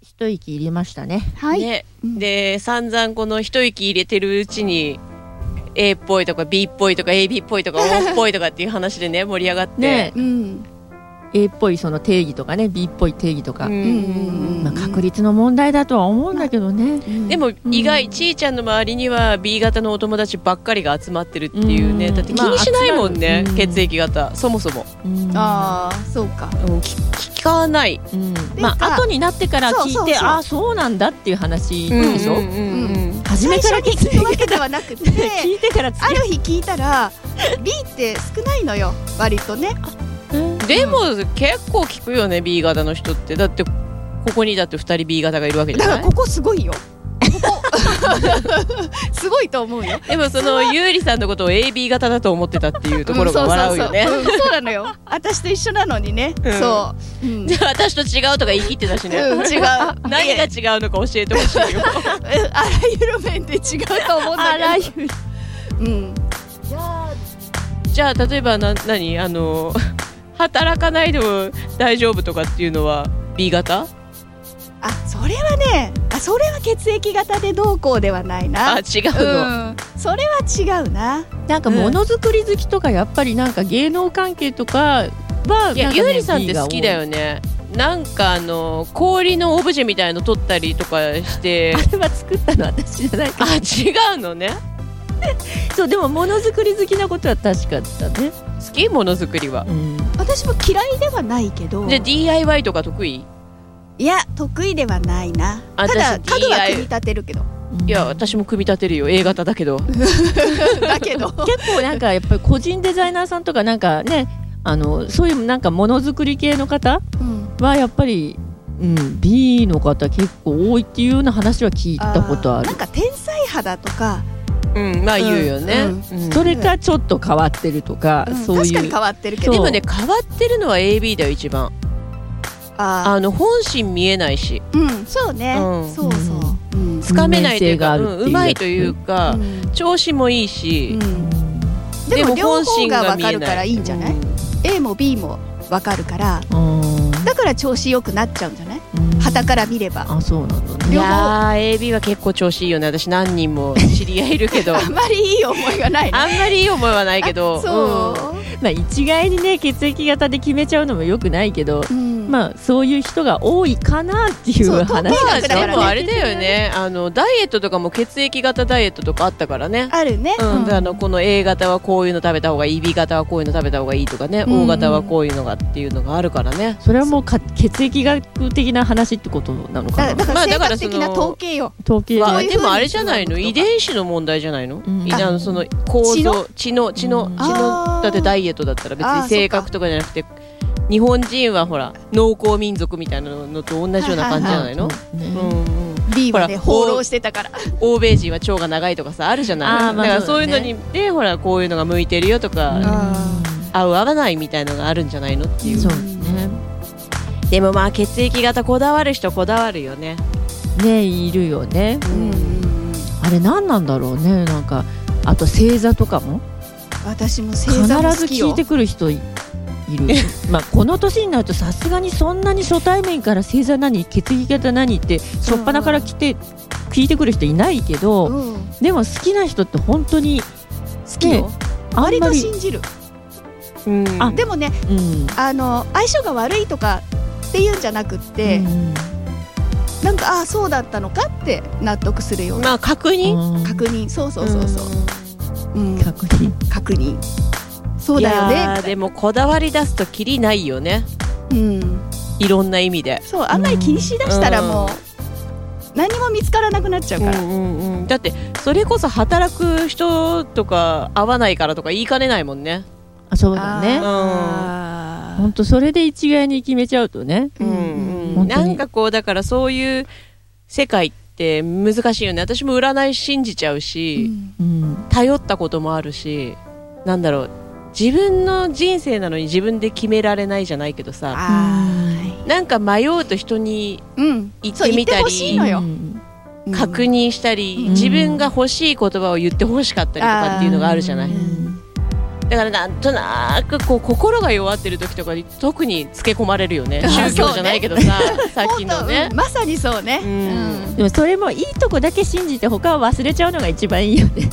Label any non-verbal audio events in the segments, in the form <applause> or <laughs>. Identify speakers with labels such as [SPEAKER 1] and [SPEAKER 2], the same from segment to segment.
[SPEAKER 1] 一息入れましたね。
[SPEAKER 2] はい、
[SPEAKER 3] ね
[SPEAKER 2] うん
[SPEAKER 3] で散々この一息入れてるうちに A っぽいとか B っぽいとか AB っぽいとか O っぽいとかっていう話でね盛り上がって、
[SPEAKER 1] ね
[SPEAKER 2] うん、
[SPEAKER 1] A っぽいその定義とかね B っぽい定義とか、
[SPEAKER 3] うん
[SPEAKER 2] うん
[SPEAKER 1] まあ、確率の問題だとは思うんだけどね。
[SPEAKER 3] で
[SPEAKER 2] も
[SPEAKER 3] も意外ちいちゃんの周りには B 型のお友達ばっかりが集まってるっていうね
[SPEAKER 1] うん
[SPEAKER 3] だって気にしないもん
[SPEAKER 1] まあ集ま
[SPEAKER 3] ね、
[SPEAKER 1] るうん
[SPEAKER 3] 血液型そもそも、
[SPEAKER 1] うん
[SPEAKER 2] ああそうか
[SPEAKER 3] うん、き聞かない
[SPEAKER 1] うん
[SPEAKER 2] で
[SPEAKER 1] まあ
[SPEAKER 2] さ
[SPEAKER 1] 後になってから聞いて
[SPEAKER 2] そうそうそう
[SPEAKER 1] ああそうなんだっていう話でしょ、
[SPEAKER 3] うんうんうんうん
[SPEAKER 1] 初め
[SPEAKER 2] 最初
[SPEAKER 1] から
[SPEAKER 2] に
[SPEAKER 1] 聞い
[SPEAKER 2] 聞
[SPEAKER 1] て
[SPEAKER 2] くわけではなくて
[SPEAKER 1] 聞いてから付き
[SPEAKER 2] ある日聞いたら B って少ないのよ割とね
[SPEAKER 3] でも結構聞くよね B 型の人ってだってここにだって2人 B 型がいるわけじ
[SPEAKER 2] だ
[SPEAKER 3] ゃ
[SPEAKER 2] か
[SPEAKER 3] な
[SPEAKER 2] ら
[SPEAKER 3] い
[SPEAKER 2] ここすごいよここ <laughs> すごいと思うよ
[SPEAKER 3] <laughs> でもそのゆうりさんのことを AB 型だと思ってたっていうところが笑うよね
[SPEAKER 2] <laughs> んそうそうそううんそうなのよ私と一緒なのにね、
[SPEAKER 3] うん
[SPEAKER 2] そう、うん
[SPEAKER 3] で私と違うとか言い切ってたしね、 <laughs>
[SPEAKER 2] うん違う
[SPEAKER 3] 何が
[SPEAKER 2] い
[SPEAKER 3] 違うのか教えてほしい
[SPEAKER 2] やう
[SPEAKER 3] よ <laughs>
[SPEAKER 2] んあらゆる面で違うと思うんだけど
[SPEAKER 1] あらゆ
[SPEAKER 2] るうん
[SPEAKER 3] じゃあ例えばな何あの働かないでも大丈夫とかっていうのは B 型
[SPEAKER 2] あそれはねあそれは血液型でどうこうではないな
[SPEAKER 3] あ違う
[SPEAKER 2] う
[SPEAKER 3] の、
[SPEAKER 2] ん <laughs> それは違うな
[SPEAKER 1] なんかものづくり好きとかやっぱりなんか芸能関係とかは、
[SPEAKER 3] いや
[SPEAKER 1] なんかね
[SPEAKER 3] ゆうりさんって好きだ
[SPEAKER 1] B
[SPEAKER 3] よねなんかあの氷のオブジェみたいの取ったりとか
[SPEAKER 2] <laughs>
[SPEAKER 3] して
[SPEAKER 1] が多いあれは作ったの私じゃないけ
[SPEAKER 3] あ違うのね
[SPEAKER 1] どそうでもものづくり好きなことは確かだね、
[SPEAKER 3] 好きものづくりは
[SPEAKER 1] うん、
[SPEAKER 2] 私も嫌いではないけど
[SPEAKER 3] で DIY とか得意
[SPEAKER 2] いや得意ではないなた
[SPEAKER 3] 私
[SPEAKER 2] だ家具は
[SPEAKER 3] DIY
[SPEAKER 2] 組み立てるけど <laughs>
[SPEAKER 3] いや私も組み立てるよ A 型だけど
[SPEAKER 2] だけど
[SPEAKER 1] 結構なんかやっぱり個人デザイナーさんとかなんかねあのそういうなんかものづくり系の方
[SPEAKER 2] うん
[SPEAKER 1] はやっぱり、うん、B の方結構多いっていうような話は聞いたことある
[SPEAKER 2] ーなんか天才肌とか
[SPEAKER 3] うんまあ言うよね、
[SPEAKER 2] う
[SPEAKER 3] うん
[SPEAKER 1] それかちょっと変わってるとか、
[SPEAKER 2] うん
[SPEAKER 1] そう
[SPEAKER 2] 確か
[SPEAKER 1] い
[SPEAKER 2] に
[SPEAKER 1] う
[SPEAKER 2] 変わってるけ
[SPEAKER 1] そ
[SPEAKER 2] ど
[SPEAKER 1] う
[SPEAKER 3] でもね変わってるのは AB だよ一番
[SPEAKER 2] あ
[SPEAKER 3] あの本心見えないし
[SPEAKER 2] ーうんそうね
[SPEAKER 3] うん
[SPEAKER 2] そうそううん
[SPEAKER 3] つかめないというか
[SPEAKER 1] 運命性があ
[SPEAKER 3] う
[SPEAKER 1] るっていうん
[SPEAKER 3] うまいというか、
[SPEAKER 2] うん
[SPEAKER 3] 調子もいいし、
[SPEAKER 1] うん
[SPEAKER 2] でも両
[SPEAKER 3] 本
[SPEAKER 2] 方
[SPEAKER 3] 心
[SPEAKER 2] が分
[SPEAKER 3] 見え
[SPEAKER 2] かるからいいんじゃない
[SPEAKER 3] うん
[SPEAKER 2] A も B も分かるから
[SPEAKER 1] うん
[SPEAKER 2] だから調子良くなっちゃうんじゃない旗から見れば
[SPEAKER 1] あそうなんだ
[SPEAKER 3] い
[SPEAKER 1] ね
[SPEAKER 2] 両方
[SPEAKER 3] やー AB は結構調子いいよね私何人も知り合いいるけ
[SPEAKER 2] <laughs>
[SPEAKER 3] どあ
[SPEAKER 2] あ
[SPEAKER 3] ん
[SPEAKER 2] まりいい思いがないね
[SPEAKER 3] まりいい思いはないけど
[SPEAKER 2] そ
[SPEAKER 1] まあ一概にね血液型で決めちゃうのもよくないけど、
[SPEAKER 2] ううん
[SPEAKER 1] まあそういう人が多いかなってい
[SPEAKER 2] そうう
[SPEAKER 1] 話
[SPEAKER 2] 統計
[SPEAKER 3] まあ
[SPEAKER 2] 学だからね
[SPEAKER 3] でもあれだよねあのダイエットとかも血液型ダイエットとかあったからね
[SPEAKER 2] あるね
[SPEAKER 3] うん、
[SPEAKER 2] うん
[SPEAKER 3] であのこの A 型はこういうの食べた方がいい B 型はこういうの食べた方がいいとかね、
[SPEAKER 2] うん
[SPEAKER 3] O 型はこういうのがっていうのがあるからね
[SPEAKER 1] それはもうか血液学的な話ってことなのかな
[SPEAKER 2] だだか
[SPEAKER 3] ま
[SPEAKER 2] ら
[SPEAKER 3] あ
[SPEAKER 2] 生
[SPEAKER 3] だから
[SPEAKER 2] 活
[SPEAKER 3] その
[SPEAKER 2] 的な統計よ
[SPEAKER 1] 統計
[SPEAKER 3] まあ
[SPEAKER 2] そういう
[SPEAKER 1] で
[SPEAKER 3] でもあれじゃないの
[SPEAKER 2] 風に
[SPEAKER 3] 遺伝子の問題じゃないの,、
[SPEAKER 1] うん
[SPEAKER 3] いやあのその構造血の血の血の
[SPEAKER 1] あ
[SPEAKER 2] ー
[SPEAKER 3] だってダイエットだったら別
[SPEAKER 2] あー
[SPEAKER 3] に性格とかじゃなくて日本人はほら農耕民族みたいなのと同じような感じじゃないの、
[SPEAKER 1] ね
[SPEAKER 3] うんうん
[SPEAKER 2] B はね放
[SPEAKER 3] ほら
[SPEAKER 2] 浪してたから
[SPEAKER 3] 欧米人は腸が長いとかさあるじゃない
[SPEAKER 1] あーまあ
[SPEAKER 3] だから
[SPEAKER 1] そ
[SPEAKER 3] そうう
[SPEAKER 1] だ
[SPEAKER 3] い
[SPEAKER 1] ね
[SPEAKER 3] うのにでほらこういうのが向いてるよと
[SPEAKER 1] うん
[SPEAKER 3] か、合う合わないみたいのがあるんじゃないのっていう
[SPEAKER 1] そうね
[SPEAKER 3] でもまあ血液型こだわる人こだわるよね
[SPEAKER 1] ねいるよね
[SPEAKER 3] うん
[SPEAKER 1] あれ何なんだろうねなんかあと星座とかも
[SPEAKER 2] 私も星
[SPEAKER 1] 必ず
[SPEAKER 2] 座も好
[SPEAKER 1] 聞
[SPEAKER 2] き
[SPEAKER 1] い
[SPEAKER 2] よ
[SPEAKER 1] てくる人
[SPEAKER 2] <laughs>
[SPEAKER 1] いいるまあこの年になるとさすがにそんなに初対面から星座何血液型何って初っ端から来て聞いてくる人いないけど、
[SPEAKER 2] うん好
[SPEAKER 1] でも好きな人って本当に
[SPEAKER 2] きよ
[SPEAKER 1] ねあん
[SPEAKER 2] 割
[SPEAKER 1] ま
[SPEAKER 2] と
[SPEAKER 1] り、
[SPEAKER 2] 信じる
[SPEAKER 3] うん
[SPEAKER 1] あ
[SPEAKER 2] でもね
[SPEAKER 1] うん
[SPEAKER 2] あの相性が悪いとかっていうんじゃなくって
[SPEAKER 1] うん
[SPEAKER 2] なんかああそうだったのかって納得するような
[SPEAKER 3] まあ確認
[SPEAKER 1] うん
[SPEAKER 2] 確認そうそうそうそううん
[SPEAKER 1] 確認
[SPEAKER 2] 確認そうだよ
[SPEAKER 3] いや
[SPEAKER 2] ね
[SPEAKER 3] ーでもこだわり出すときりないよね
[SPEAKER 2] うん
[SPEAKER 3] いろんな意味で、
[SPEAKER 2] そうあんまり気にしだしたらもう何も見つからなくなっちゃうから
[SPEAKER 3] だってそれこそ働く人とか合わないからとか言いかねないもんね
[SPEAKER 1] あそうだね
[SPEAKER 2] あ
[SPEAKER 1] 本当それで一概に決めちゃうとね
[SPEAKER 2] ー
[SPEAKER 3] うん
[SPEAKER 1] 本当に
[SPEAKER 3] なんかこうだからそういう世界って難しいよね私も占い信じちゃう
[SPEAKER 2] う
[SPEAKER 3] し、
[SPEAKER 2] ん
[SPEAKER 1] うん
[SPEAKER 3] 頼ったこともあるしなんだろう自分の人生なのに自分で決められないじゃないけどさ
[SPEAKER 2] あー
[SPEAKER 3] なんか迷うと人に
[SPEAKER 2] うん
[SPEAKER 3] 行っ
[SPEAKER 2] そう
[SPEAKER 3] て
[SPEAKER 2] 言
[SPEAKER 3] み
[SPEAKER 2] って
[SPEAKER 3] た
[SPEAKER 2] ほ
[SPEAKER 3] り
[SPEAKER 2] しいのよ
[SPEAKER 1] うん
[SPEAKER 2] うん
[SPEAKER 3] 確認したり、
[SPEAKER 1] うん
[SPEAKER 3] 自分が欲しい言葉を言って欲しかったりとかっていうのがあるじゃない、
[SPEAKER 2] うん
[SPEAKER 3] だからなんとなくこう心が弱ってる時とかに特につけ込まれるよね
[SPEAKER 2] あ
[SPEAKER 3] 宗教じゃないけ
[SPEAKER 2] <laughs>
[SPEAKER 3] どさ、さっきの
[SPEAKER 2] 本
[SPEAKER 3] ね
[SPEAKER 2] 当うんまさにそうね、
[SPEAKER 3] うん
[SPEAKER 1] でもそれもいいとこだけ信じて他は忘れちゃうのが一番いいよね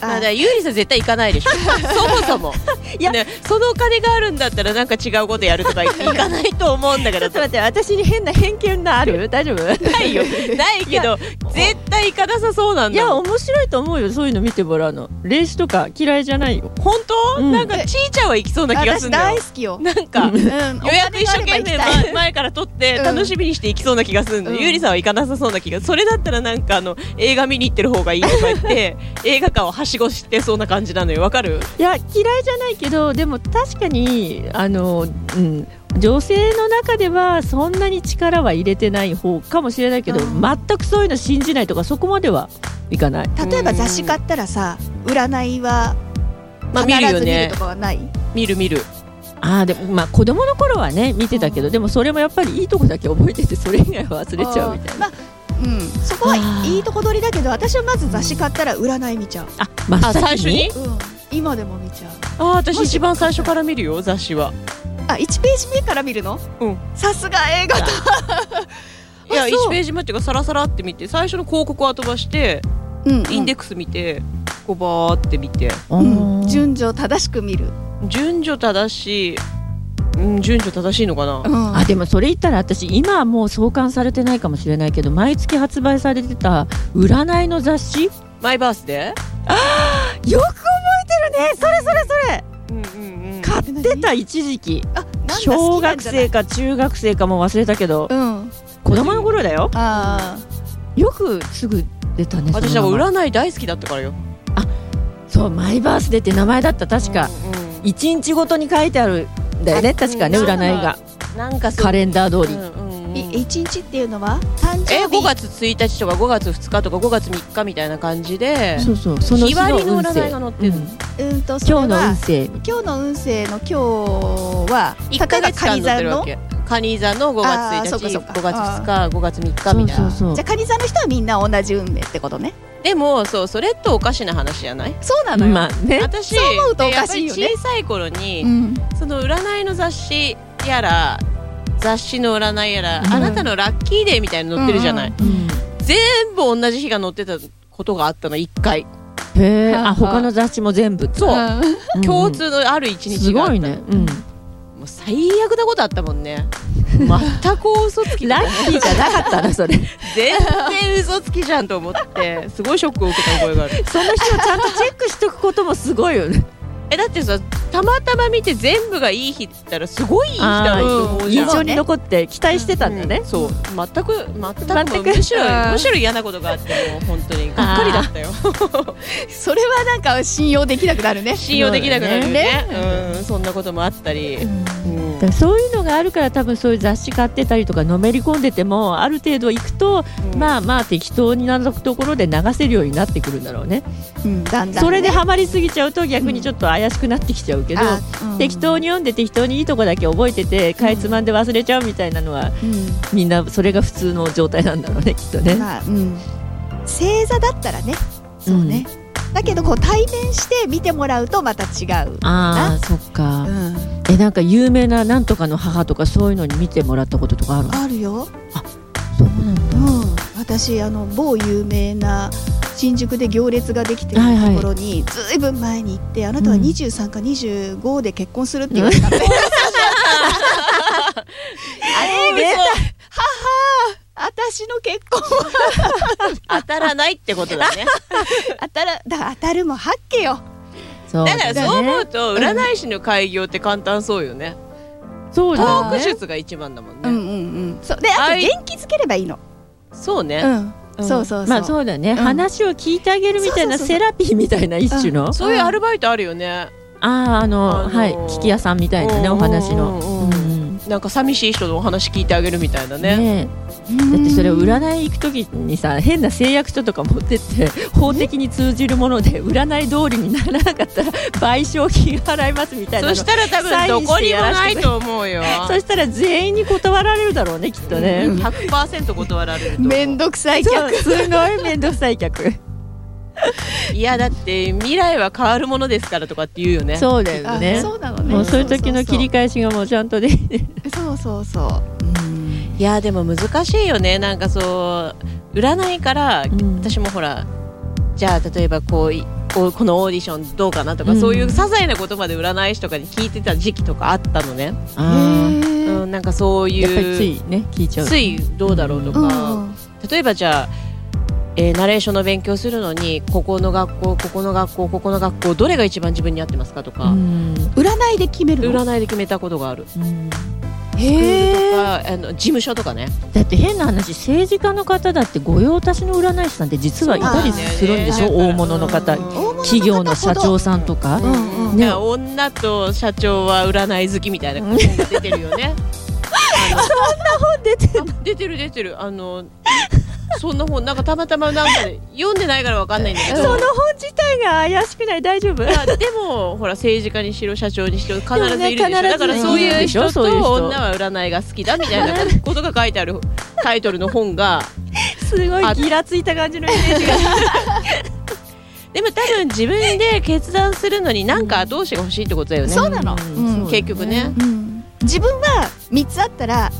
[SPEAKER 2] あ
[SPEAKER 3] まあだからゆうりさん絶対行かない
[SPEAKER 2] <laughs>
[SPEAKER 3] でしょそもそも
[SPEAKER 1] い
[SPEAKER 3] い
[SPEAKER 1] や
[SPEAKER 3] や、ね、そのお金があるんだったらなんか違うことやるとか行かないと思うんだ
[SPEAKER 1] <laughs>
[SPEAKER 3] け
[SPEAKER 1] ちょ
[SPEAKER 3] ど
[SPEAKER 1] っと待って私に変な偏見がある <laughs> 大丈夫
[SPEAKER 3] ないよないけど絶対行かなさそうなん
[SPEAKER 1] い
[SPEAKER 3] だ
[SPEAKER 1] や
[SPEAKER 3] もん
[SPEAKER 1] 面白いと思うよそういうの見てもらうのレースとか嫌いじゃないよ
[SPEAKER 3] 本当、
[SPEAKER 1] うん
[SPEAKER 3] なんかちーちゃんは行きそうな気がす
[SPEAKER 2] 私
[SPEAKER 3] るんだ
[SPEAKER 2] 大
[SPEAKER 3] よ
[SPEAKER 2] 好きよ、
[SPEAKER 3] なんか
[SPEAKER 2] うん、予
[SPEAKER 3] 予約一生懸命前前から取って
[SPEAKER 2] うん
[SPEAKER 3] 楽しみにして行きそうな気がするの、
[SPEAKER 2] うん
[SPEAKER 3] ゆうりさんは行かなさそうな気がそれだったらなんかあの映画見に行ってる方がいいとか言って
[SPEAKER 2] <laughs>
[SPEAKER 3] 映画館をはしごしてそうな感じなのよわかる
[SPEAKER 1] いや嫌いじゃないけどでも確かにあの、うん、女性の中ではそんなに力は入れてない方かもしれないけど、
[SPEAKER 2] うん
[SPEAKER 1] 全くそういうの信じないとかそこまではいかない
[SPEAKER 2] 例えば雑誌買ったらさ占いは
[SPEAKER 3] まあ
[SPEAKER 2] 必
[SPEAKER 3] 見るよ
[SPEAKER 2] ず見る
[SPEAKER 3] ね
[SPEAKER 2] とかはない、
[SPEAKER 3] 見る見る
[SPEAKER 1] あーでもまあ子供の頃はね見てたけど、でもそれもやっぱりいいとこだけ覚えててそれ以外は忘れちゃうみたいな
[SPEAKER 2] あーまあうん、そこは
[SPEAKER 1] あー
[SPEAKER 2] いいとこ取りだけど私はまず雑誌買ったら占い見ちゃう、
[SPEAKER 1] あ真っ
[SPEAKER 3] あ最初に
[SPEAKER 2] うん、今でも見ちゃう
[SPEAKER 3] あ私一番最初から見るよ雑誌は
[SPEAKER 2] あ1ページ目から見るの
[SPEAKER 3] うん
[SPEAKER 2] さすが映画だ
[SPEAKER 3] いや
[SPEAKER 2] あそう
[SPEAKER 3] 1ページ目っていうかさらさらって見て最初の広告は飛ばして
[SPEAKER 2] うん
[SPEAKER 3] インデックス見てこうバーって見て
[SPEAKER 2] うん
[SPEAKER 1] あー
[SPEAKER 2] 順序正しく見る、
[SPEAKER 3] 順序正しいうん順序正しいのかな
[SPEAKER 2] うん
[SPEAKER 1] あでもそれ言ったら私今はもう創刊されてないかもしれないけど毎月発売されてた占いの雑誌よ
[SPEAKER 3] マイバースデ
[SPEAKER 1] く覚えてるねそれそれそれ
[SPEAKER 3] ーうんうんうん
[SPEAKER 1] 買ってた一時期
[SPEAKER 2] あなんだ
[SPEAKER 1] 小
[SPEAKER 2] 好きなん
[SPEAKER 1] 学
[SPEAKER 2] じゃない
[SPEAKER 1] 生か中学生かも忘れたけど
[SPEAKER 2] うん
[SPEAKER 1] 子供の頃だよ
[SPEAKER 2] あ
[SPEAKER 1] よくすぐ出たね
[SPEAKER 3] 私
[SPEAKER 1] そ
[SPEAKER 3] はも
[SPEAKER 1] の
[SPEAKER 3] う
[SPEAKER 1] 名前
[SPEAKER 3] 占い大好きだったからよ
[SPEAKER 1] そうマイバースデーって名前だった確か
[SPEAKER 3] うんうん
[SPEAKER 1] 一日ごとに書いてあるんだよね確かね
[SPEAKER 3] うん
[SPEAKER 1] 占いが
[SPEAKER 3] なんかそう
[SPEAKER 1] カレンダー通
[SPEAKER 3] う
[SPEAKER 1] り
[SPEAKER 3] んうんうん
[SPEAKER 2] ーい一日っていうのは誕生日
[SPEAKER 3] え5月1日とか5月2日とか5月3日みたいな感じで
[SPEAKER 1] そうそうその日
[SPEAKER 3] 日割り
[SPEAKER 1] の
[SPEAKER 3] の
[SPEAKER 1] 運
[SPEAKER 3] 占い
[SPEAKER 1] 勢
[SPEAKER 3] が載ってる
[SPEAKER 1] うん
[SPEAKER 2] うんとそれ
[SPEAKER 1] 今
[SPEAKER 2] は
[SPEAKER 1] 日の運勢
[SPEAKER 2] 今日の運勢の今日は
[SPEAKER 3] 1ヶ月間載ってるわけカニ座の5
[SPEAKER 2] あー
[SPEAKER 3] 月
[SPEAKER 2] そうか
[SPEAKER 3] 1日
[SPEAKER 2] そうか
[SPEAKER 3] 5月2日5月3日
[SPEAKER 1] そ
[SPEAKER 3] み
[SPEAKER 1] う
[SPEAKER 3] たい
[SPEAKER 1] そう
[SPEAKER 3] な
[SPEAKER 1] そう
[SPEAKER 2] じゃあカニ座の人はみんな同じ運命ってことね
[SPEAKER 3] でもそうそれっておかしな話じゃない
[SPEAKER 2] そうなのよ、
[SPEAKER 1] まあね
[SPEAKER 3] 私
[SPEAKER 2] そう思うとおかしいよね
[SPEAKER 3] やっぱり小さい頃
[SPEAKER 2] う
[SPEAKER 3] に
[SPEAKER 2] ん、
[SPEAKER 3] その占いの雑誌やら雑誌の占いやら、
[SPEAKER 1] うん
[SPEAKER 3] あなたのラッキーデーみたいなの載ってるじゃない、
[SPEAKER 2] うん
[SPEAKER 3] 全部同じ日が載ってたことがあったの1回、
[SPEAKER 1] へえ
[SPEAKER 2] はあは
[SPEAKER 1] あ
[SPEAKER 2] あ
[SPEAKER 1] 他の雑誌も全部
[SPEAKER 3] そう
[SPEAKER 2] う
[SPEAKER 1] うん
[SPEAKER 3] 共通のある一日
[SPEAKER 1] す
[SPEAKER 3] があ
[SPEAKER 1] ご
[SPEAKER 3] った
[SPEAKER 1] い
[SPEAKER 3] の
[SPEAKER 1] ねうん
[SPEAKER 3] もう最悪なことあったもんね全く嘘つき
[SPEAKER 1] ラッキーじゃなかったなそれ
[SPEAKER 3] 全然嘘つきじゃんと思ってすごいショックを受けた覚えがある
[SPEAKER 1] <laughs> その日をちゃんとチェックしとくこともすごいよね
[SPEAKER 3] えだってさたまたま見て全部がいい日って言ったらすごいいい日だなと思うじゃ
[SPEAKER 1] 印
[SPEAKER 3] ん
[SPEAKER 1] 象に残って期待してたんだね
[SPEAKER 3] うそう全く全く
[SPEAKER 1] 全く
[SPEAKER 3] むしろ
[SPEAKER 2] うん
[SPEAKER 3] むしろ嫌なことがあってもう本当にがっかりだったよ
[SPEAKER 2] ん <laughs> それはなんか信用できなくなるね
[SPEAKER 3] 信用できなくなるよね
[SPEAKER 2] ね
[SPEAKER 3] うんそんなこともあったり、うん
[SPEAKER 1] だからそういうのがあるから多分そういう雑誌買ってたりとかのめり込んでてもある程度行くと、まあまあ適当になるところで流せるようになってくるんだろうね
[SPEAKER 2] うん、だんだんね
[SPEAKER 1] それでハマりすぎちゃうと逆にちょっと怪しくなってきちゃうけど、
[SPEAKER 2] あうん
[SPEAKER 1] 適当に読んで適当にいいとこだけ覚えててかいつまんで忘れちゃうみたいなのは
[SPEAKER 2] うん
[SPEAKER 1] みんなそれが普通の状態なんだろうねきっとね。
[SPEAKER 2] まあうん星座だったらねそうね、だけどこう対面して見てもらうとまた違う、
[SPEAKER 1] ああそっ
[SPEAKER 2] う
[SPEAKER 1] か、
[SPEAKER 2] ん、
[SPEAKER 1] えなんか有名ななんとかの母とかそういうのに見てもらったこととかあるの
[SPEAKER 2] あるよ
[SPEAKER 1] そうなんだ
[SPEAKER 2] うん、私あの某有名な新宿で行列ができてる
[SPEAKER 1] はいはい
[SPEAKER 2] ところにずいぶん前に行ってあなたは
[SPEAKER 1] うん
[SPEAKER 2] 23か25で結婚するって言われたの、
[SPEAKER 1] <laughs>
[SPEAKER 3] あれ
[SPEAKER 2] 私の結
[SPEAKER 1] <laughs>
[SPEAKER 2] 婚は
[SPEAKER 3] 当たらないってことだね
[SPEAKER 2] 当たらだ当たるもはっけよ
[SPEAKER 1] そう
[SPEAKER 3] だからそう思うと
[SPEAKER 2] だね
[SPEAKER 3] 占い師の開業って簡単そうよね
[SPEAKER 1] そう
[SPEAKER 3] ト
[SPEAKER 1] だ
[SPEAKER 3] ー
[SPEAKER 1] ね
[SPEAKER 3] ク術が一番だもん
[SPEAKER 2] う
[SPEAKER 3] ね、
[SPEAKER 2] んうんうんそうであと
[SPEAKER 3] はい
[SPEAKER 2] 元気づければいいの、
[SPEAKER 3] そうね、
[SPEAKER 2] うんそうそうそう、
[SPEAKER 1] まあそうだね、
[SPEAKER 2] ん
[SPEAKER 1] 話を聞いてあげるみたいな
[SPEAKER 2] そうそうそ
[SPEAKER 1] セ
[SPEAKER 2] う
[SPEAKER 1] ラピーみたいな一種の、あ
[SPEAKER 3] そういうアルバイトあるよね。
[SPEAKER 1] ああの、
[SPEAKER 3] あのー
[SPEAKER 1] はい聞き屋さんみたいなね
[SPEAKER 3] うん
[SPEAKER 1] お話の、
[SPEAKER 3] うんうんなんか寂しい人のお話聞いてあげるみたいなね。
[SPEAKER 1] ねえだってそれを占い行く時にさ変な誓約書とか持ってって法的に通じるもので占い通りにならなかったら賠償金払いますみたいなの
[SPEAKER 3] そしたら
[SPEAKER 1] サ
[SPEAKER 3] 多分
[SPEAKER 1] イ
[SPEAKER 3] ど
[SPEAKER 1] ンし
[SPEAKER 3] こ
[SPEAKER 1] て
[SPEAKER 3] にも
[SPEAKER 1] やら
[SPEAKER 3] な
[SPEAKER 1] せ
[SPEAKER 3] い
[SPEAKER 1] て
[SPEAKER 3] と思うよ。
[SPEAKER 1] そしたら全員に断られるだろうねきっとね、
[SPEAKER 2] うん
[SPEAKER 3] 100%断られると思う。
[SPEAKER 2] 面倒くさい
[SPEAKER 1] そう
[SPEAKER 2] 客
[SPEAKER 1] すごい面倒くさい客
[SPEAKER 3] いやだって未来は変わるものですからとかって言うよねう、
[SPEAKER 1] そうだよね
[SPEAKER 2] あそうなのね
[SPEAKER 1] もうそういう時の切り替えしがもうちゃんとで、 <laughs>
[SPEAKER 2] そうそうそ
[SPEAKER 3] ん、いやでも難しいよねなんかそう占いから私もほらじゃあ例えばこういこうこのオーディションどうかなとか、
[SPEAKER 1] うん
[SPEAKER 3] そういう些細なことまで占い師とかに聞いてた時期とかあったのね、
[SPEAKER 2] う
[SPEAKER 1] あー
[SPEAKER 2] へー
[SPEAKER 3] うん、なんかそういう
[SPEAKER 1] やっぱりついね聞いちゃう
[SPEAKER 3] ついどうだろうと
[SPEAKER 2] うん
[SPEAKER 3] か、例えばじゃあ、えーナレーションの勉強するのにここの学校ここの学校ここの学校どれが一番自分に合ってますかとか、
[SPEAKER 1] うん
[SPEAKER 2] 占いで決めるの
[SPEAKER 3] 占いで決めたことがある、
[SPEAKER 1] うん
[SPEAKER 2] へー
[SPEAKER 3] ああの事務所とかね
[SPEAKER 1] だって変な話政治家の方だって御用達の占い師さんって実はいたりするんでしょ
[SPEAKER 3] そうなんだよね
[SPEAKER 1] 大物の方
[SPEAKER 3] うん
[SPEAKER 1] 企業の社長さんとか
[SPEAKER 2] う、んうん
[SPEAKER 1] ね
[SPEAKER 3] ね、女と社長は占い好きみたいな本が出てるよね
[SPEAKER 2] 出て
[SPEAKER 3] あ出てる出てるあのそんな本なんかたまたまなんかで読んでないからわかんないんだけど
[SPEAKER 1] その本自体が怪しくない大丈夫
[SPEAKER 3] いやでもほら政治家にしろ社長にしろ必ずいるでし
[SPEAKER 2] でもね
[SPEAKER 3] ょ
[SPEAKER 2] 必ずね
[SPEAKER 3] だからそうい
[SPEAKER 1] いる
[SPEAKER 3] う人
[SPEAKER 1] でしょそういう人
[SPEAKER 3] と女は占いが好きだみたいなことが書いてあるタイトルの本が
[SPEAKER 1] すご
[SPEAKER 3] い
[SPEAKER 1] ギラついた感じのイメージ
[SPEAKER 3] でも多分自分で決断するのに何か後押しが欲しいってことだよね
[SPEAKER 2] そうなのうん
[SPEAKER 3] 結局ね
[SPEAKER 2] うん自分は3つあったら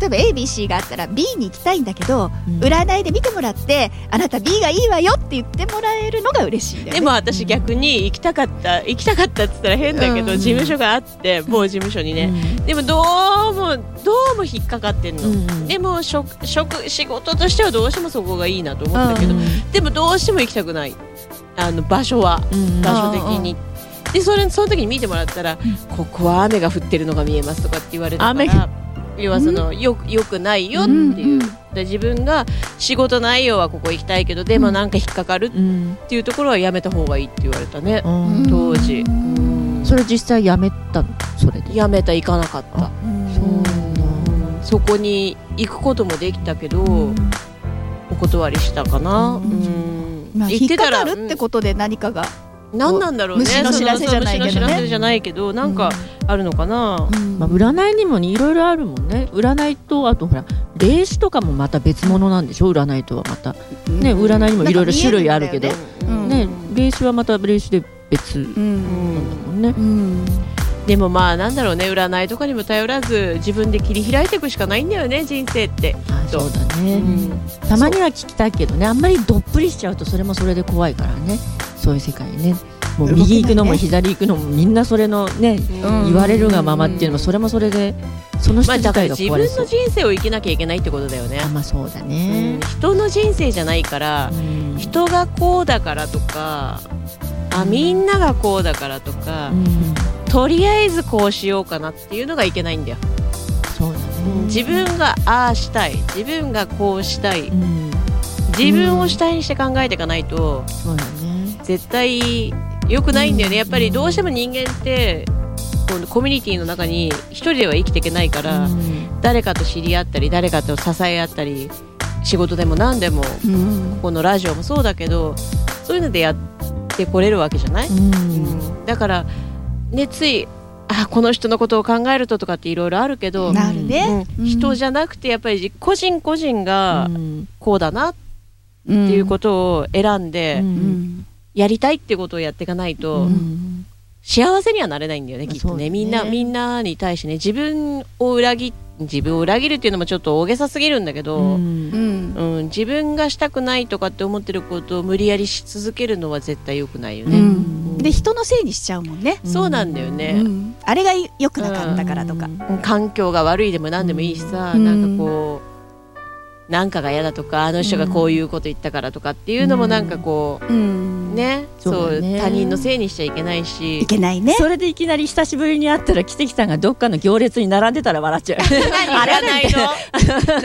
[SPEAKER 2] 例えば ABC があったら B に行きたいんだけど占いで見てもらってあなた B がいいわよって言ってもらえるのが嬉しいんだよね
[SPEAKER 3] でも私逆に行きたかった行きたかったっつったら変だけど
[SPEAKER 2] うん
[SPEAKER 3] 事務所があって某事務所にねでもどうもどうも引っかかってんのでも職職仕事としてはどうしてもそこがいいなと思ったけどでもどうしても行きたくないあの場所は場所的に。でそれその時に見てもらったら、ここは雨が降ってるのが見えますとかって言われたから
[SPEAKER 1] 雨が
[SPEAKER 3] 要はそのよくよくないよっていう、
[SPEAKER 2] うんうん
[SPEAKER 3] で自分が仕事内容はここ行きたいけどでもなんか引っかかるっていうところはやめた方がいいって言われたね、
[SPEAKER 2] うん
[SPEAKER 3] 当時、うん
[SPEAKER 1] それ実際やめたのそれで
[SPEAKER 3] やめた行かなかった
[SPEAKER 1] そう
[SPEAKER 3] うんそこに行くこともできたけど、お断りしたかな、うん
[SPEAKER 2] まあ
[SPEAKER 3] 行
[SPEAKER 2] 引っかか
[SPEAKER 3] う
[SPEAKER 2] る
[SPEAKER 3] ん
[SPEAKER 2] ってことで何かが
[SPEAKER 3] 何なんだろうね
[SPEAKER 2] 虫の知らせじゃないけどね
[SPEAKER 3] そのそう虫の知らせじゃないけどなんかあるのかな、
[SPEAKER 1] まあ、占いにもいろいろあるもんね占いとあとほら霊視とかもまた別物なんでしょ占いとはまたね占いにもいろいろ種類あるけど、
[SPEAKER 2] なん
[SPEAKER 3] うん
[SPEAKER 1] ね霊視はまた霊視で別なんだ
[SPEAKER 2] うん
[SPEAKER 1] もんね、
[SPEAKER 2] うん
[SPEAKER 3] でもまあなんだろうね占いとかにも頼らず自分で切り開いていくしかないんだよね人生って、
[SPEAKER 1] あそうだね、
[SPEAKER 3] うん
[SPEAKER 1] たまには聞きたいけどねあんまりどっぷりしちゃうとそれもそれで怖いからねそういう世界ねもう右行くのも
[SPEAKER 2] 動けないね
[SPEAKER 1] 左行くのもみんなそれのね
[SPEAKER 2] うん
[SPEAKER 1] 言われるがままっていうのもそれもそれでその
[SPEAKER 3] ま
[SPEAKER 1] 人
[SPEAKER 3] あだ
[SPEAKER 1] 自
[SPEAKER 3] から
[SPEAKER 1] 体が
[SPEAKER 3] 自
[SPEAKER 1] 壊
[SPEAKER 3] 分
[SPEAKER 1] れ
[SPEAKER 3] の
[SPEAKER 1] そう、
[SPEAKER 3] 人生を生きなきゃいけないってことだよね
[SPEAKER 1] あ、まあそうだ
[SPEAKER 3] うん
[SPEAKER 1] ね、
[SPEAKER 3] 人の人生じゃないから
[SPEAKER 1] うん
[SPEAKER 3] 人がこうだからとかあみんながこうだからとか、
[SPEAKER 1] うん
[SPEAKER 3] とりあえずこうしようかなっていうのがいけないんだよ
[SPEAKER 1] そうだね、
[SPEAKER 3] 自分がああしたい自分がこうしたい
[SPEAKER 1] うん
[SPEAKER 3] 自分を主体にして考えていかないと
[SPEAKER 1] そうだね
[SPEAKER 3] 絶対良くないんだよね
[SPEAKER 1] うん
[SPEAKER 3] やっぱりどうしても人間ってこのコミュニティの中に一人では生きていけないから、
[SPEAKER 1] うん
[SPEAKER 3] 誰かと知り合ったり誰かと支え合ったり仕事でも何でも
[SPEAKER 2] うん
[SPEAKER 3] このラジオもそうだけどそういうのでやってこれるわけじゃない、
[SPEAKER 1] うん
[SPEAKER 3] うんだからねついあこの人のことを考えるととかっていろいろあるけど、
[SPEAKER 2] なるね
[SPEAKER 3] うん人じゃなくてやっぱり個人個人が
[SPEAKER 1] うん
[SPEAKER 3] こうだなって
[SPEAKER 2] って
[SPEAKER 3] いうことを選んで、
[SPEAKER 1] うん
[SPEAKER 3] やりたいってことをやっていかないと、
[SPEAKER 1] うん
[SPEAKER 3] 幸せにはなれないんだよね
[SPEAKER 1] まあ
[SPEAKER 3] きっと
[SPEAKER 1] そう
[SPEAKER 3] ね,、
[SPEAKER 1] ですね
[SPEAKER 3] みんなみんなに対してね自分を裏切自分を裏切るっていうのもちょっと大げさすぎるんだけ
[SPEAKER 1] う
[SPEAKER 3] ど、うん
[SPEAKER 1] ん
[SPEAKER 3] 自分がしたくないとかって思ってることを無理やりし続けるのは絶対良くないよね、
[SPEAKER 1] うん
[SPEAKER 2] で人のせいにしちゃうもんね
[SPEAKER 3] そうなんだよね、
[SPEAKER 2] あれが良くなかったからとか
[SPEAKER 3] 環境が悪いでも何でもいいしさ、
[SPEAKER 2] うん
[SPEAKER 3] なんかこうなんかが嫌だとかあの人がこういうこと言ったからとかっていうのも
[SPEAKER 1] うん
[SPEAKER 3] なんかこう
[SPEAKER 2] ね
[SPEAKER 3] ね、
[SPEAKER 1] そう
[SPEAKER 3] そう
[SPEAKER 1] だね
[SPEAKER 3] 他人のせいにしちゃいけないし
[SPEAKER 2] <laughs> いけないね
[SPEAKER 1] それでいきなり久しぶりに会ったらキテキさんがどっかの行列に並んでたら笑っちゃう
[SPEAKER 3] 何いらないの <laughs>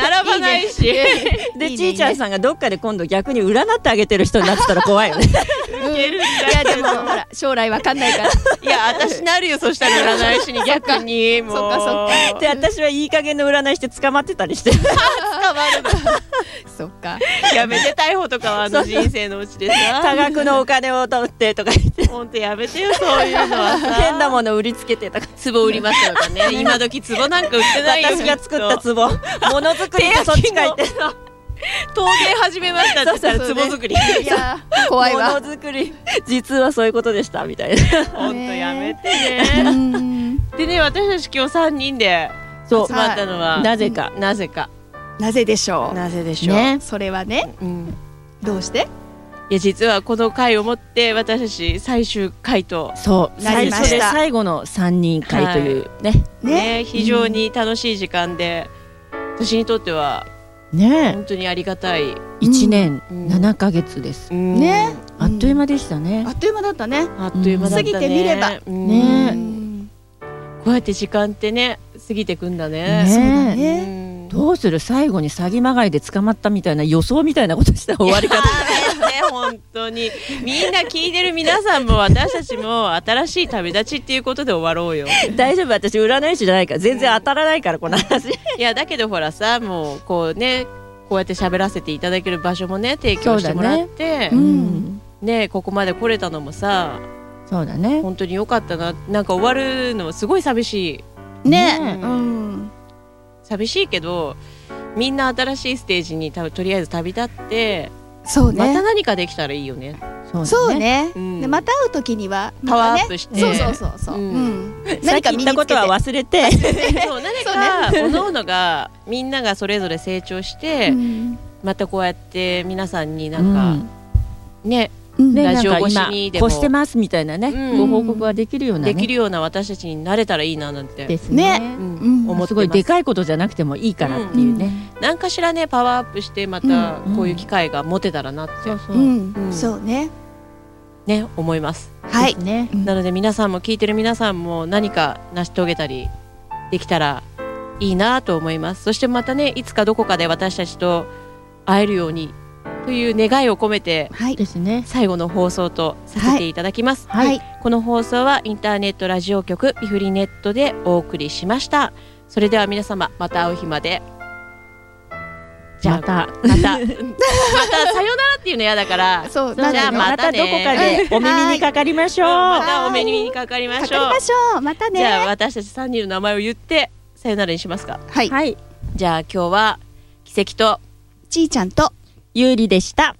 [SPEAKER 3] 並ばないし
[SPEAKER 1] で
[SPEAKER 2] いいね
[SPEAKER 1] ちーちゃんさんがどっかで今度逆に占ってあげてる人になってたら怖いよね
[SPEAKER 3] いける
[SPEAKER 2] い
[SPEAKER 3] ん
[SPEAKER 2] や
[SPEAKER 3] だ
[SPEAKER 2] で <laughs>
[SPEAKER 3] け
[SPEAKER 2] もほ
[SPEAKER 3] ど
[SPEAKER 2] ら将来わかんないから
[SPEAKER 3] いや私なるよそしたら占い師に逆にもう
[SPEAKER 2] そっかそ
[SPEAKER 1] で私はいい加減の占いして捕まってたりして
[SPEAKER 3] 捕まる
[SPEAKER 2] <laughs> そっか
[SPEAKER 3] のやめて逮捕とかはあの人生のうちで
[SPEAKER 1] <laughs> 多
[SPEAKER 3] さ
[SPEAKER 1] 額のお金を取ってとか言って
[SPEAKER 3] 本当やめてよそういうのはさ
[SPEAKER 1] 変なもの売りつけてとか
[SPEAKER 3] 壺売りますとか <laughs> ね今時壺なんか売ってないよ
[SPEAKER 1] 私が作った
[SPEAKER 3] き
[SPEAKER 1] <laughs>
[SPEAKER 3] と
[SPEAKER 1] 壺ものづくりとそっち書いて
[SPEAKER 3] 陶芸始めましたって言ったら
[SPEAKER 2] そうそうそう
[SPEAKER 3] 壺作り
[SPEAKER 2] いやー怖いわ
[SPEAKER 1] ものづくり実はそういうことでしたみたいな
[SPEAKER 3] 本当やめて
[SPEAKER 2] う
[SPEAKER 3] ね
[SPEAKER 2] ん
[SPEAKER 3] <laughs> でね私たち今日3人で
[SPEAKER 1] そう
[SPEAKER 3] 集まったのは
[SPEAKER 1] なぜか
[SPEAKER 3] なぜか
[SPEAKER 2] なぜでしょ
[SPEAKER 3] なぜでしょう、
[SPEAKER 1] ね
[SPEAKER 2] うそれはね
[SPEAKER 3] うん、
[SPEAKER 2] どうして
[SPEAKER 3] いや実はこの回をもって私たち最終回と
[SPEAKER 1] そう
[SPEAKER 2] なり
[SPEAKER 1] 最
[SPEAKER 2] ました
[SPEAKER 1] 初で最後の三人会というね、
[SPEAKER 2] ね
[SPEAKER 3] ね非常に楽しい時間で、私にとっては
[SPEAKER 1] ね
[SPEAKER 3] 本当にありがたい、
[SPEAKER 1] 一年
[SPEAKER 3] うん
[SPEAKER 1] 七ヶ月です、
[SPEAKER 3] うん
[SPEAKER 2] ね
[SPEAKER 1] あっという間でしたね
[SPEAKER 2] あ、っという間だったね
[SPEAKER 3] あっという間だったね
[SPEAKER 2] 過ぎてみれば
[SPEAKER 3] うん
[SPEAKER 1] ね
[SPEAKER 2] うん
[SPEAKER 3] こうやって時間ってね過ぎてくんだね
[SPEAKER 2] そうだ
[SPEAKER 1] ね
[SPEAKER 2] ね
[SPEAKER 3] うんね
[SPEAKER 1] どうする最後に詐欺まがいで捕まったみたいな予想みたいなことしたら終わりか
[SPEAKER 3] 本当にみんな聞いてる皆さんも私たちも新しい旅立ちっていうことで終わろうよ
[SPEAKER 1] <laughs> 大丈夫私占い師じゃないから全然当たらないからこの話
[SPEAKER 3] いやだけどほらさもうこうねこうやって喋らせていただける場所もね提供してもらって
[SPEAKER 2] う
[SPEAKER 1] う
[SPEAKER 3] ね
[SPEAKER 2] ん
[SPEAKER 1] ん
[SPEAKER 3] ここまで来れたのもさ
[SPEAKER 1] そうだね
[SPEAKER 3] 本当に良かったななんか終わるのすごい寂しい
[SPEAKER 2] ね
[SPEAKER 1] ね
[SPEAKER 2] うん
[SPEAKER 3] 寂しいけどみんな新しいステージに多分とりあえず旅立って、
[SPEAKER 2] そう
[SPEAKER 3] また
[SPEAKER 2] ね
[SPEAKER 3] 何かできたらいい
[SPEAKER 1] <laughs>
[SPEAKER 3] よね
[SPEAKER 1] そう
[SPEAKER 2] そうね
[SPEAKER 3] うん
[SPEAKER 2] でまた会う時には
[SPEAKER 3] パワーア
[SPEAKER 2] また
[SPEAKER 3] ッ
[SPEAKER 2] ね
[SPEAKER 3] プして
[SPEAKER 2] そうそうそうそう
[SPEAKER 3] うん
[SPEAKER 2] うん
[SPEAKER 1] さっき言ったことは忘れて
[SPEAKER 3] そう何
[SPEAKER 1] <laughs>
[SPEAKER 3] か各々がみんながそれぞれ成長して、
[SPEAKER 2] うん
[SPEAKER 3] またこうやって皆さんになんか、ね
[SPEAKER 2] うん
[SPEAKER 1] ね
[SPEAKER 3] ラジオ
[SPEAKER 1] なんか
[SPEAKER 3] 越し
[SPEAKER 1] 今
[SPEAKER 3] にで
[SPEAKER 1] こ
[SPEAKER 3] も
[SPEAKER 1] うしてますみたいなね、
[SPEAKER 3] うん
[SPEAKER 1] ご報告ができるような、ね、
[SPEAKER 3] できるような私たちになれたらいいななんて、
[SPEAKER 1] ですね
[SPEAKER 2] ね
[SPEAKER 3] うん
[SPEAKER 2] うん
[SPEAKER 3] 思ってます
[SPEAKER 1] すごいでかいことじゃなくてもいいからっていうね、
[SPEAKER 3] 何かしらねパワーアップしてまた
[SPEAKER 1] うん
[SPEAKER 3] こういう機会が持てたらなって、
[SPEAKER 1] そう
[SPEAKER 2] うん
[SPEAKER 3] うん
[SPEAKER 2] そうね
[SPEAKER 3] ね思います
[SPEAKER 2] はい
[SPEAKER 1] ですね
[SPEAKER 2] うん
[SPEAKER 3] なので皆さんも聞いてる皆さんも何か成し遂げたりできたらいいなと思いますそしてまたねいつかどこかで私たちと会えるようにという願いを込めて
[SPEAKER 2] はい
[SPEAKER 1] ですね
[SPEAKER 3] 最後の放送とさせていただきます、
[SPEAKER 1] はい
[SPEAKER 3] この放送はインターネットラジオ局ビフリネットでお送りしましたそれでは皆様また会う日までじゃあ
[SPEAKER 1] また
[SPEAKER 3] また <laughs> またさよならっていうの嫌だから
[SPEAKER 2] そう
[SPEAKER 3] じゃ
[SPEAKER 2] なの
[SPEAKER 3] あ
[SPEAKER 2] でね
[SPEAKER 3] ま
[SPEAKER 1] ま
[SPEAKER 3] た
[SPEAKER 1] た
[SPEAKER 3] ね
[SPEAKER 1] どこかでお耳にかかりま
[SPEAKER 3] <laughs>
[SPEAKER 1] しょう、
[SPEAKER 3] またお目にかかりま
[SPEAKER 2] か
[SPEAKER 3] し
[SPEAKER 2] か
[SPEAKER 3] ょ
[SPEAKER 2] り
[SPEAKER 3] う
[SPEAKER 2] ましょうまた
[SPEAKER 3] じゃあ
[SPEAKER 2] ね
[SPEAKER 3] 私たち3人の名前を言ってさよならにしますか
[SPEAKER 2] はい
[SPEAKER 1] はい
[SPEAKER 3] じゃあ今日は奇跡と
[SPEAKER 2] ちーちゃんと
[SPEAKER 1] ゆうりでした